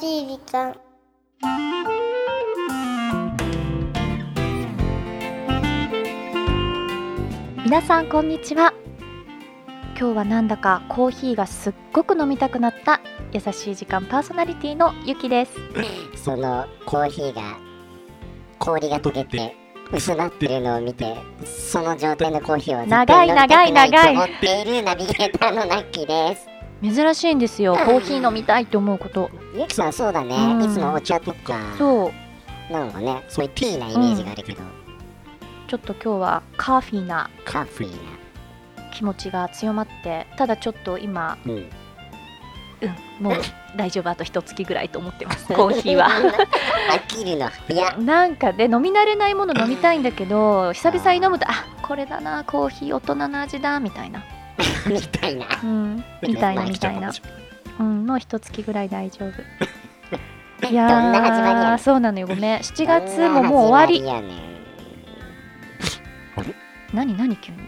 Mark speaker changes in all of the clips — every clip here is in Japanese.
Speaker 1: しい時間
Speaker 2: 皆さんこんにちは今日はなんだかコーヒーがすっごく飲みたくなった優しい時間パーソナリティのゆきです
Speaker 1: そのコーヒーが氷が溶けて薄まってるのを見てその状態のコーヒーを絶
Speaker 2: 長
Speaker 1: 対
Speaker 2: い
Speaker 1: 飲みたく
Speaker 2: 長い
Speaker 1: ない
Speaker 2: 長い
Speaker 1: と思っているナビゲーターのナッキーです
Speaker 2: 珍しいんですよコーヒー飲みたいって思うこと
Speaker 1: ゆきさんそうだね、
Speaker 2: うん
Speaker 1: いつもお茶とか
Speaker 2: そう
Speaker 1: なんかねそういうティーなイメージがあるけど、
Speaker 2: ちょっと今日はカーフィーな
Speaker 1: カフィー
Speaker 2: 気持ちが強まってただちょっと
Speaker 1: な
Speaker 2: 今
Speaker 1: うん
Speaker 2: うんもう大丈夫あと一月ぐらいと思って ますコーヒーは
Speaker 1: 飽きるの早
Speaker 2: なんかで飲み慣れないもの飲みたいんだけど久々に飲むとあこれだなコーヒー大人の味だみたいな
Speaker 1: みたいな
Speaker 2: うんみたいなみたいなうん、もう一月ぐらい大丈夫。いや ー
Speaker 1: どんな始まりやねん
Speaker 2: そうなのよごめん7月ももう終わり
Speaker 1: わりやね
Speaker 2: 何何急に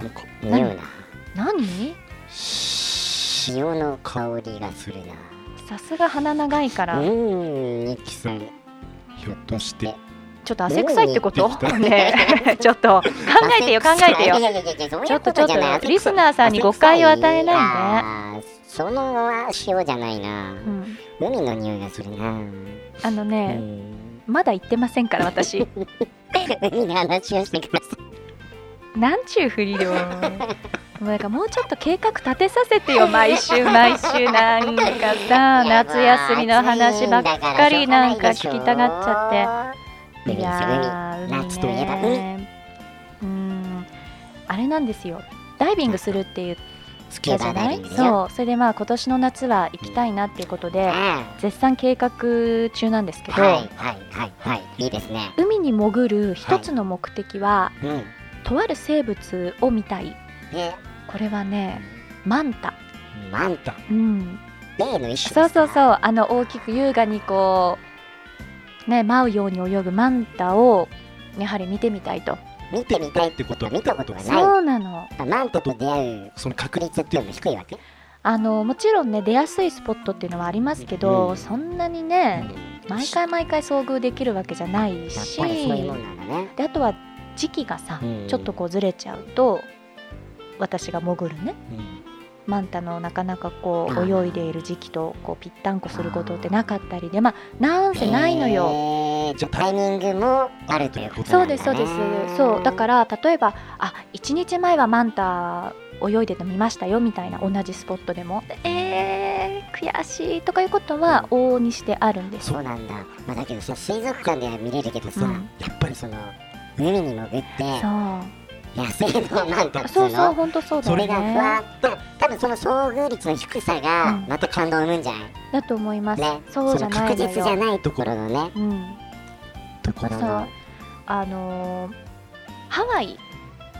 Speaker 1: なんか匂うな
Speaker 2: 何
Speaker 1: 塩の香りがするな
Speaker 2: さすが鼻長いから
Speaker 1: うーん、ニキさん。ひょっとして。
Speaker 2: ちょっと汗臭いってこと
Speaker 1: もう言ってきた
Speaker 2: ねえちょっと考えてよ考えてよ
Speaker 1: いやいやいやいやそう
Speaker 2: ち
Speaker 1: い
Speaker 2: ょ
Speaker 1: う
Speaker 2: っ
Speaker 1: こ
Speaker 2: とちょっ
Speaker 1: じゃない
Speaker 2: とリスナーさんに誤解を与えな
Speaker 1: い
Speaker 2: いで、
Speaker 1: で。そのは塩じゃないな。
Speaker 2: うん、
Speaker 1: 海の匂いがするな。
Speaker 2: あの
Speaker 1: う
Speaker 2: ね、
Speaker 1: ん
Speaker 2: まだ言ってませんか ら私
Speaker 1: 海の話をしてくださ
Speaker 2: なんちゅうふりでもうなんかもうちょっと計画立てさせてよ毎週毎週なんか さ
Speaker 1: い。
Speaker 2: 夏休みの話ばっかりなんか聞きたがっちゃって。
Speaker 1: 海ですよ
Speaker 2: ー
Speaker 1: 海夏といえば
Speaker 2: ねうーんあれなんですよダイビングするって言っ
Speaker 1: 海。スキュー
Speaker 2: たじゃ
Speaker 1: バ
Speaker 2: な
Speaker 1: ダイ
Speaker 2: い
Speaker 1: ビングだよ。
Speaker 2: そうそれでまあ今年の夏は行きたいなっていうことで
Speaker 1: あ
Speaker 2: 絶賛計画中なんですけ
Speaker 1: あ
Speaker 2: ど、
Speaker 1: はいはいはいはい。いいですね。
Speaker 2: 海に潜る一つの目的は、
Speaker 1: うん。
Speaker 2: とある生物を見たい
Speaker 1: で、
Speaker 2: これはねマンタ、
Speaker 1: マンタ。
Speaker 2: うん、
Speaker 1: 例の一種。
Speaker 2: そうそうそううあの大きく優雅にこうね舞うように泳ぐマンタをやはり見てみたいと
Speaker 1: 見てみたいってことは見たことがない。
Speaker 2: そうなの
Speaker 1: まあマンタと出会うその確率っていうのも低いわけ。
Speaker 2: あのもちろんね出やすいスポットっていうのはありますけど、
Speaker 1: うん
Speaker 2: そんなにね毎回毎回遭遇できるわけじゃない
Speaker 1: やっ
Speaker 2: し
Speaker 1: ぱりそういうもんなんだね。
Speaker 2: であとは時期がさ、
Speaker 1: うん
Speaker 2: ちょっとこうずれちゃうと私が潜るねマンタのなかなかこう
Speaker 1: うん
Speaker 2: 泳いでいる時期とこうぴったんこすることってなかったりでまあなんせないのよ。
Speaker 1: えーじゃあタイミングもあるということ
Speaker 2: そ
Speaker 1: な
Speaker 2: うん
Speaker 1: だね。
Speaker 2: ですそうですそうだからら例えばあ1日前はマンタ泳いでて見ましたよみたいな同じスポットでもでえー、悔しいとかいうことは往々にしてあるんです
Speaker 1: そうなんだ。まあだけどさ水族館では見れるけどさ、
Speaker 2: うん
Speaker 1: やっぱりその海に潜って
Speaker 2: そう
Speaker 1: 野生のマンタっていう
Speaker 2: そ
Speaker 1: の。
Speaker 2: うそう本当そうだ
Speaker 1: そ
Speaker 2: よ
Speaker 1: れがふ
Speaker 2: ね
Speaker 1: わっと多分その遭遇率の低さが
Speaker 2: うん
Speaker 1: また感動を生むんじゃない、
Speaker 2: だと思います、
Speaker 1: ね
Speaker 2: そうじゃない
Speaker 1: その
Speaker 2: の
Speaker 1: 確実じゃ
Speaker 2: よ
Speaker 1: ないところのね
Speaker 2: うん
Speaker 1: ところ
Speaker 2: そう
Speaker 1: の
Speaker 2: あのーハワイ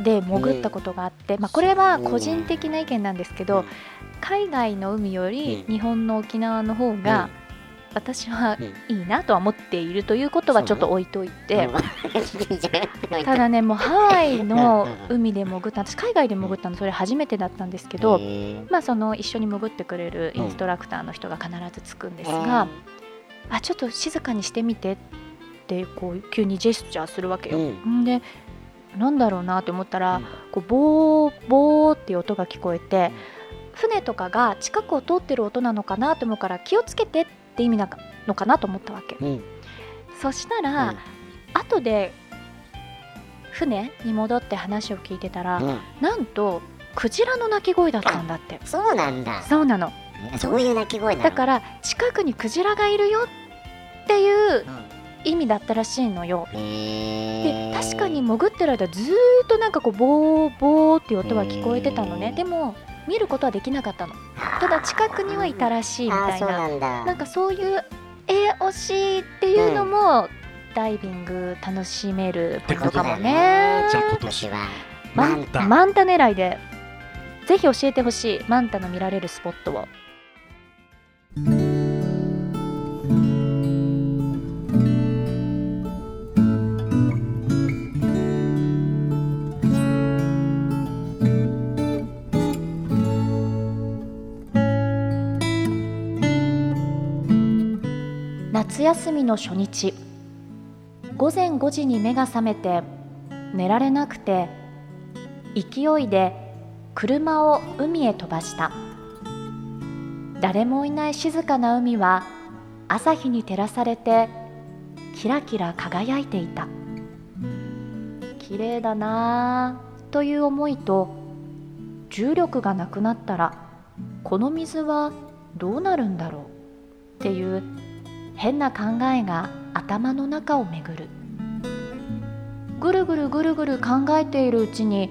Speaker 2: で潜ったことがあって、まあ、これは個人的な意見なんですけど、海外の海より
Speaker 1: うん
Speaker 2: 日本の沖縄の方が、私は
Speaker 1: うん
Speaker 2: いいなとは思っているということはちょっと置いとい て、ただねもうハワイの海で潜った私海外で潜ったのそれ初めてだったんですけ
Speaker 1: け
Speaker 2: ど、
Speaker 1: で
Speaker 2: まあその一緒に潜ってくれるインストラクターの人が必ずつくんですが、あちょっと静かにしてみてってこう急にジェスチャーするわけよ。
Speaker 1: うん
Speaker 2: んでなんだろうなって思ったら、
Speaker 1: うん
Speaker 2: こうボーボーっていう音が聞こえて、船とかが近くを通ってる音なのかなと思うから気をつけてって意味なのかなと思ったわけ、
Speaker 1: うん
Speaker 2: そした
Speaker 1: う
Speaker 2: ら、
Speaker 1: ん
Speaker 2: 後で船に戻って話を聞いてたら、
Speaker 1: うん
Speaker 2: なんとクジラの鳴き声だったんだって
Speaker 1: そうなんだ
Speaker 2: そうなの
Speaker 1: そういう鳴き声なの
Speaker 2: だから近くにクジラがいるよっていう
Speaker 1: うん
Speaker 2: 意味だったらしいのよで
Speaker 1: へー
Speaker 2: 確かに潜ってる間ずーっとなんかこうボーボーっていう音は聞こえてたの
Speaker 1: へ
Speaker 2: ね
Speaker 1: ー
Speaker 2: でも見ることはできなかったのただ近くにはいたらしいみた
Speaker 1: あー
Speaker 2: い
Speaker 1: そう
Speaker 2: な
Speaker 1: なんだ
Speaker 2: なんかそういうえー、惜しいっていうのも、ダイビング楽しめるポイントかもね
Speaker 1: じゃあ今年は
Speaker 2: マ
Speaker 1: マ
Speaker 2: ン
Speaker 1: ンタ
Speaker 2: マンタ狙いでぜひ教えてほしいマンタの見られるスポットを夏休みの初日午前5時に目が覚めて寝られなくて勢いで車を海へ飛ばした誰もいない静かな海は朝日に照らされてキラキラ輝いていた綺麗だなあという思いと重力がなくなったらこの水はどうなるんだろうっていう変な考えが頭の中を巡るぐるぐるぐるぐる考えているうちに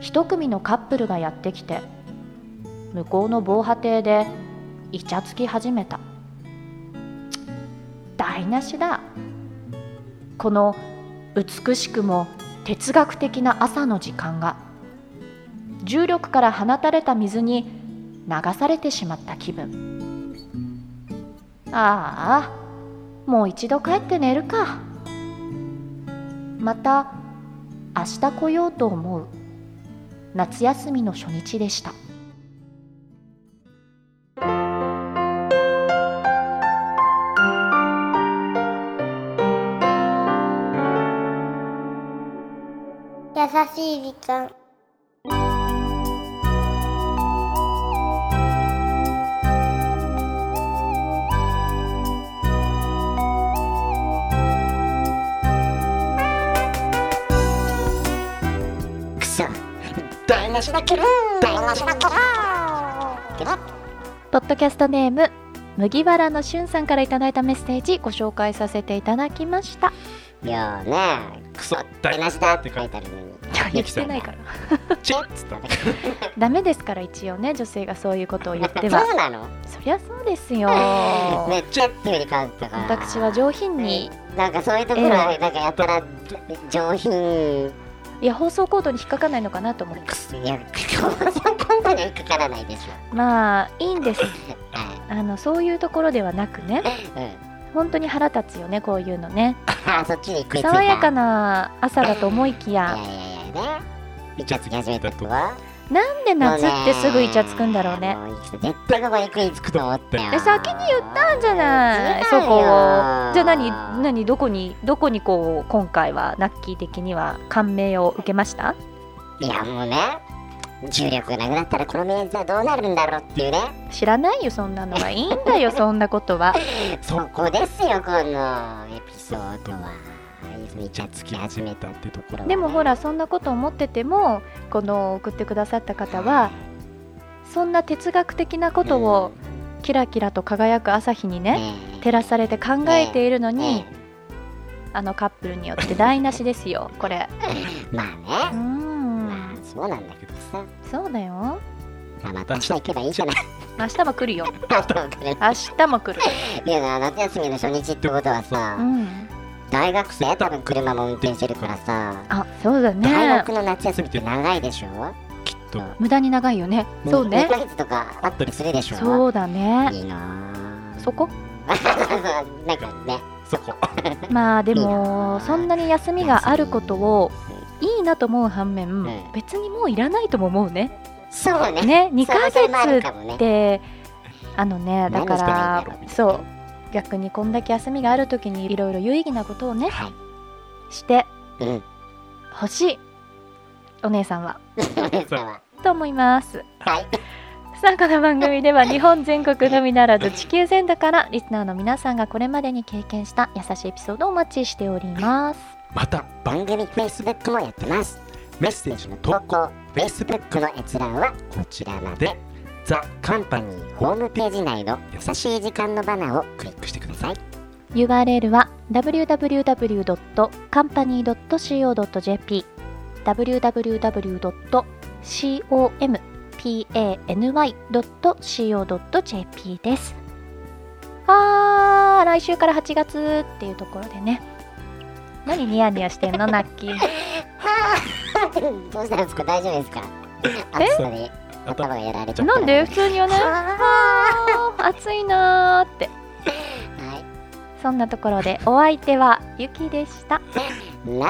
Speaker 2: 一組のカップルがやってきて向こうの防波堤でイチャつき始めた台無しだこの美しくも哲学的な朝の時間が重力から放たれた水に流されてしまった気分ああもう一度帰って寝るかまた明日来ようと思う夏休みの初日でした
Speaker 3: 優しい時間
Speaker 1: くそ
Speaker 4: 台無しだけど台無しだけど
Speaker 2: ポッドキャストネーム麦わらのしゅんさんからいただいたメッセージご紹介させて いただきました
Speaker 1: よね
Speaker 4: クソ
Speaker 1: 台無しだって書
Speaker 4: 書
Speaker 1: い
Speaker 4: いて
Speaker 1: てあるのに
Speaker 2: 言ってないから
Speaker 4: チッつったの
Speaker 2: ダメですから一応ね女性がそういうことを言っては
Speaker 1: そうなの
Speaker 2: そりゃそうです よ
Speaker 1: めっちゃってよりかったから
Speaker 2: 私は上品に
Speaker 1: なんかそういうところはなんかやったら上品
Speaker 2: いや放送コードに引っかかんないのかなと思って
Speaker 1: くすいやこんなにはかからないでし
Speaker 2: まあいいん です
Speaker 1: ょは
Speaker 2: あのそういうところではなくね
Speaker 1: いうん
Speaker 2: 本当に腹立つよねこういうのね
Speaker 1: あそっちに食いついた
Speaker 2: 爽やかな朝だと思いき
Speaker 1: いや
Speaker 2: や
Speaker 1: いやいやねイチャつき始めたとは
Speaker 2: なんで夏ってすぐイチャつくんだろうね
Speaker 1: もう絶対ここに食いつくと思ったよ
Speaker 2: で先に言ったんじゃない
Speaker 1: 違う
Speaker 2: そ
Speaker 1: よ
Speaker 2: こをじゃあ何何どこにどこにこう今回はナッキー的には感銘を受けました
Speaker 1: いやもうね重力がなくなったらこのメンズはどうなるんだろうっていうね
Speaker 2: 知らないよそんなのはいいんだ よそんなことは
Speaker 1: そこですよこのエピソードはイチャつき始めたってところはね
Speaker 2: でもほらそんなこと思っててもこの送ってくださった方はそんな哲学的なことをキラキラと輝く朝日にね照らされて考えているのにあのカップルによって台無しですよこれ
Speaker 1: まあ
Speaker 2: う
Speaker 1: ね、ま
Speaker 2: ん
Speaker 1: あそうなんだけどさ、
Speaker 2: そうだよ
Speaker 1: まあ、また明日行けばいいじゃない
Speaker 2: 明日も来るよ
Speaker 1: かと思うけど
Speaker 2: 明日も来る、
Speaker 1: いやな夏休みの初日ってことはさ、
Speaker 2: うん、
Speaker 1: 大学生多分車も運転してるからさ、
Speaker 2: あそうだ
Speaker 1: 大
Speaker 2: ね
Speaker 1: 学の夏休みって長いでしょ
Speaker 4: きっと
Speaker 2: 無駄に長いよねそう
Speaker 1: 2
Speaker 2: ね
Speaker 1: ヶ月とかあったりするでしょ
Speaker 2: そうだね
Speaker 1: いいなぁ
Speaker 2: そこ
Speaker 1: なんかね
Speaker 4: そこ
Speaker 2: まあで
Speaker 1: う
Speaker 2: も
Speaker 1: ん
Speaker 2: そんなに休みがあることをいいなと思う反面
Speaker 1: ん
Speaker 2: 別にもういらないとも思うね
Speaker 1: そうね
Speaker 2: ね2
Speaker 1: そう
Speaker 2: ヶ
Speaker 1: それもある
Speaker 2: 月
Speaker 1: かもね
Speaker 2: ってあのねだか
Speaker 1: 何してもいいんだろうみたいな
Speaker 2: らそう逆にこんだけ休みがある時にいろいろ有意義なことをね
Speaker 1: はい
Speaker 2: して
Speaker 1: うん
Speaker 2: ほしいお姉さんは
Speaker 1: そうは
Speaker 2: と思います
Speaker 1: はい
Speaker 2: さあこの番組では日本全国のみならず地球全土からリスナーの皆さんがこれまでに経験した優しいエピソードをお待ちしております
Speaker 4: また
Speaker 1: 番組 Facebook もやってますメッセージの投稿 Facebook の閲覧はこちらまで
Speaker 4: ザ・
Speaker 1: カンパニーホームページ内の「優しい時間」のバナーをクリックしてください
Speaker 2: URL は www.company.co.jp www.company.co.jp ですあー来週から8月っていうところでね何ニヤニヤして んのナッキー
Speaker 1: どうしたんですか大丈夫ですか暑さで頭がやられちゃった
Speaker 2: なんで普通にはねあー暑いなーって
Speaker 1: はい
Speaker 2: そんなところでお相手はゆきでした
Speaker 1: ラ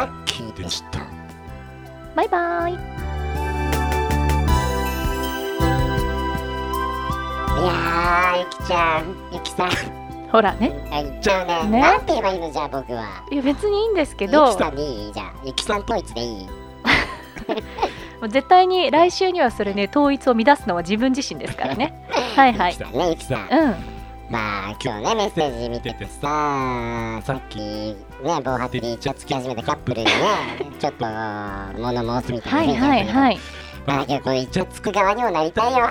Speaker 1: ッキーでした
Speaker 2: バイバーイ
Speaker 1: いやーゆきちゃんゆきさん
Speaker 2: ほらね
Speaker 1: あ言っちゃうね
Speaker 2: ね
Speaker 1: なんて言えばいいのじゃあ僕はい
Speaker 2: や別にいいんですけ
Speaker 1: ゆ
Speaker 2: ど
Speaker 1: きさんでいいじゃあゆきさん統一でいい
Speaker 2: もう絶対に来週にはそれね統一を乱すのは自分自身ですから ねはいはい
Speaker 1: ゆきさんねゆきさん
Speaker 2: うん
Speaker 1: まあ今日ねメッセージ見ててささっきね防波堤にちょっとつき始めたカップルに ねちょっと物申すみた
Speaker 2: はい
Speaker 1: ない
Speaker 2: はい
Speaker 1: い
Speaker 2: はい
Speaker 1: だけどこれ一応つく側にもなりたいよ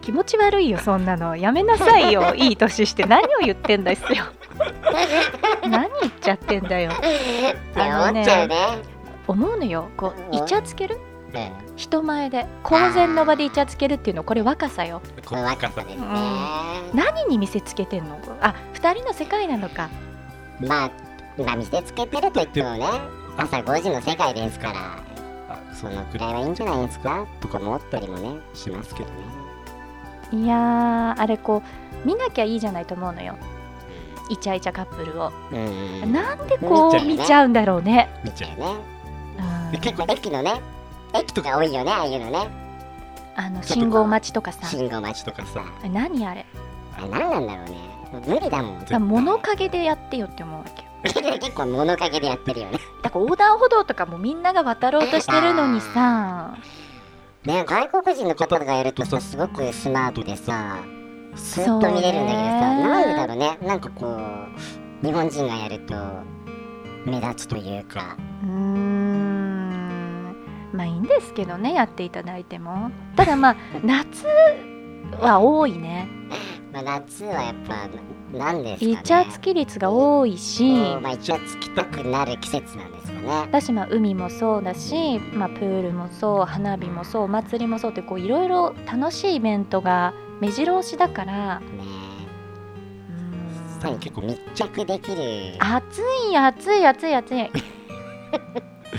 Speaker 2: 気持ち悪いよそんなのやめなさ いよいい年して何を言ってんだっすよ何言っちゃってん だよ
Speaker 1: って
Speaker 2: あの
Speaker 1: 思
Speaker 2: ね
Speaker 1: っちゃうね
Speaker 2: 思うのよこ
Speaker 1: うん
Speaker 2: うイチャつける
Speaker 1: ね
Speaker 2: 人前で公然の場でイチャつけるっていうのこれ若さよ
Speaker 1: これ若さですね
Speaker 2: うん何に見せつけてんのあ二人の世界なのか
Speaker 1: まあ今見せつけてると言ってもね朝5時の世界ですから
Speaker 4: あ
Speaker 1: そ
Speaker 4: そ
Speaker 1: の
Speaker 4: の
Speaker 1: く
Speaker 4: く
Speaker 1: ら
Speaker 4: らい
Speaker 1: いはいいんじゃないですかとか思ったりもねしますけどね
Speaker 2: いやーあれこう見なきゃいいじゃないと思うのよイチャイチャカップルを
Speaker 1: うん
Speaker 2: なんでこう見ちゃうんだろうね
Speaker 1: 見ちゃうね
Speaker 2: うん
Speaker 1: で結構駅のね駅とか多いよねああいうのね
Speaker 2: あの信号待ちとかさ
Speaker 1: 信号待ちとかさ
Speaker 2: 何あれ
Speaker 1: あれ何なんだろうね無理だもん
Speaker 2: だから物陰でやってよって思うわけよ
Speaker 1: 結構物陰でやってるよね
Speaker 2: だから横断歩道とかもみんなが渡ろうとしてるのにさ
Speaker 1: ね外国人の方がやるとさすごくスマートでさスッと見れるんだけどさ、なんでだろうねなんかこう日本人がやると目立つというか
Speaker 2: うーんまあいいんですけどねやっていただいてもただまあ夏は多いね
Speaker 1: まあ、夏はやっぱなんですかね
Speaker 2: イチャつき率が多いし
Speaker 1: うんまあ、イチャつきたくなる季節なんですかね
Speaker 2: だしまあ海もそうだし、まあ、プールもそう花火もそうお祭りもそうってこういろいろ楽しいイベントが目白押しだから
Speaker 1: ね
Speaker 2: う
Speaker 1: え
Speaker 2: ー
Speaker 1: さら
Speaker 2: ん
Speaker 1: に結構密着できる
Speaker 2: 暑い暑い暑い 暑い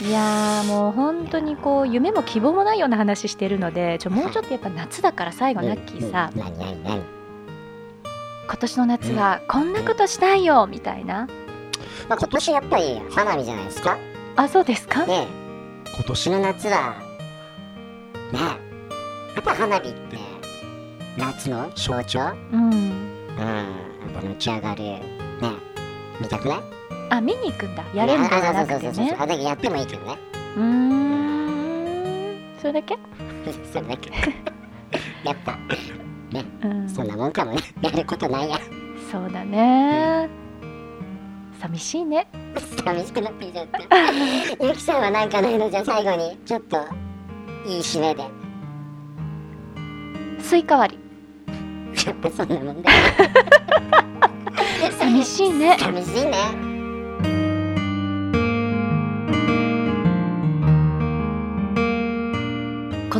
Speaker 2: いやーもう本当にこう夢も希望もないような話してるのでちょもうちょっとやっぱ夏だから最後ナッキーさ
Speaker 1: うんうん何何何
Speaker 2: 今年の夏はこんなことしたいよみたいな
Speaker 1: まあ、今年やっぱり花火じゃないですか
Speaker 2: あそうですか
Speaker 1: ねえ今年の夏はねえやっぱ花火って夏の象徴うん
Speaker 2: うん
Speaker 1: やっぱ持ち上がるねえ見たくない
Speaker 2: あ見に行くんだやるんじゃなくて
Speaker 1: あそうそうそうそう
Speaker 2: ね
Speaker 1: あだけどやってもいいけどね
Speaker 2: うーんそれだけ
Speaker 1: それだけやっぱ
Speaker 2: うん
Speaker 1: そんなもんかもねやることないや
Speaker 2: そうだね寂しいね
Speaker 1: 寂しくなってきちゃ ってゆきさんはなんかないのじゃあ最後にちょっといい締めで
Speaker 2: スイカ割
Speaker 1: やっぱそんなもんだ
Speaker 2: り寂しいね
Speaker 1: 寂しいね
Speaker 5: こ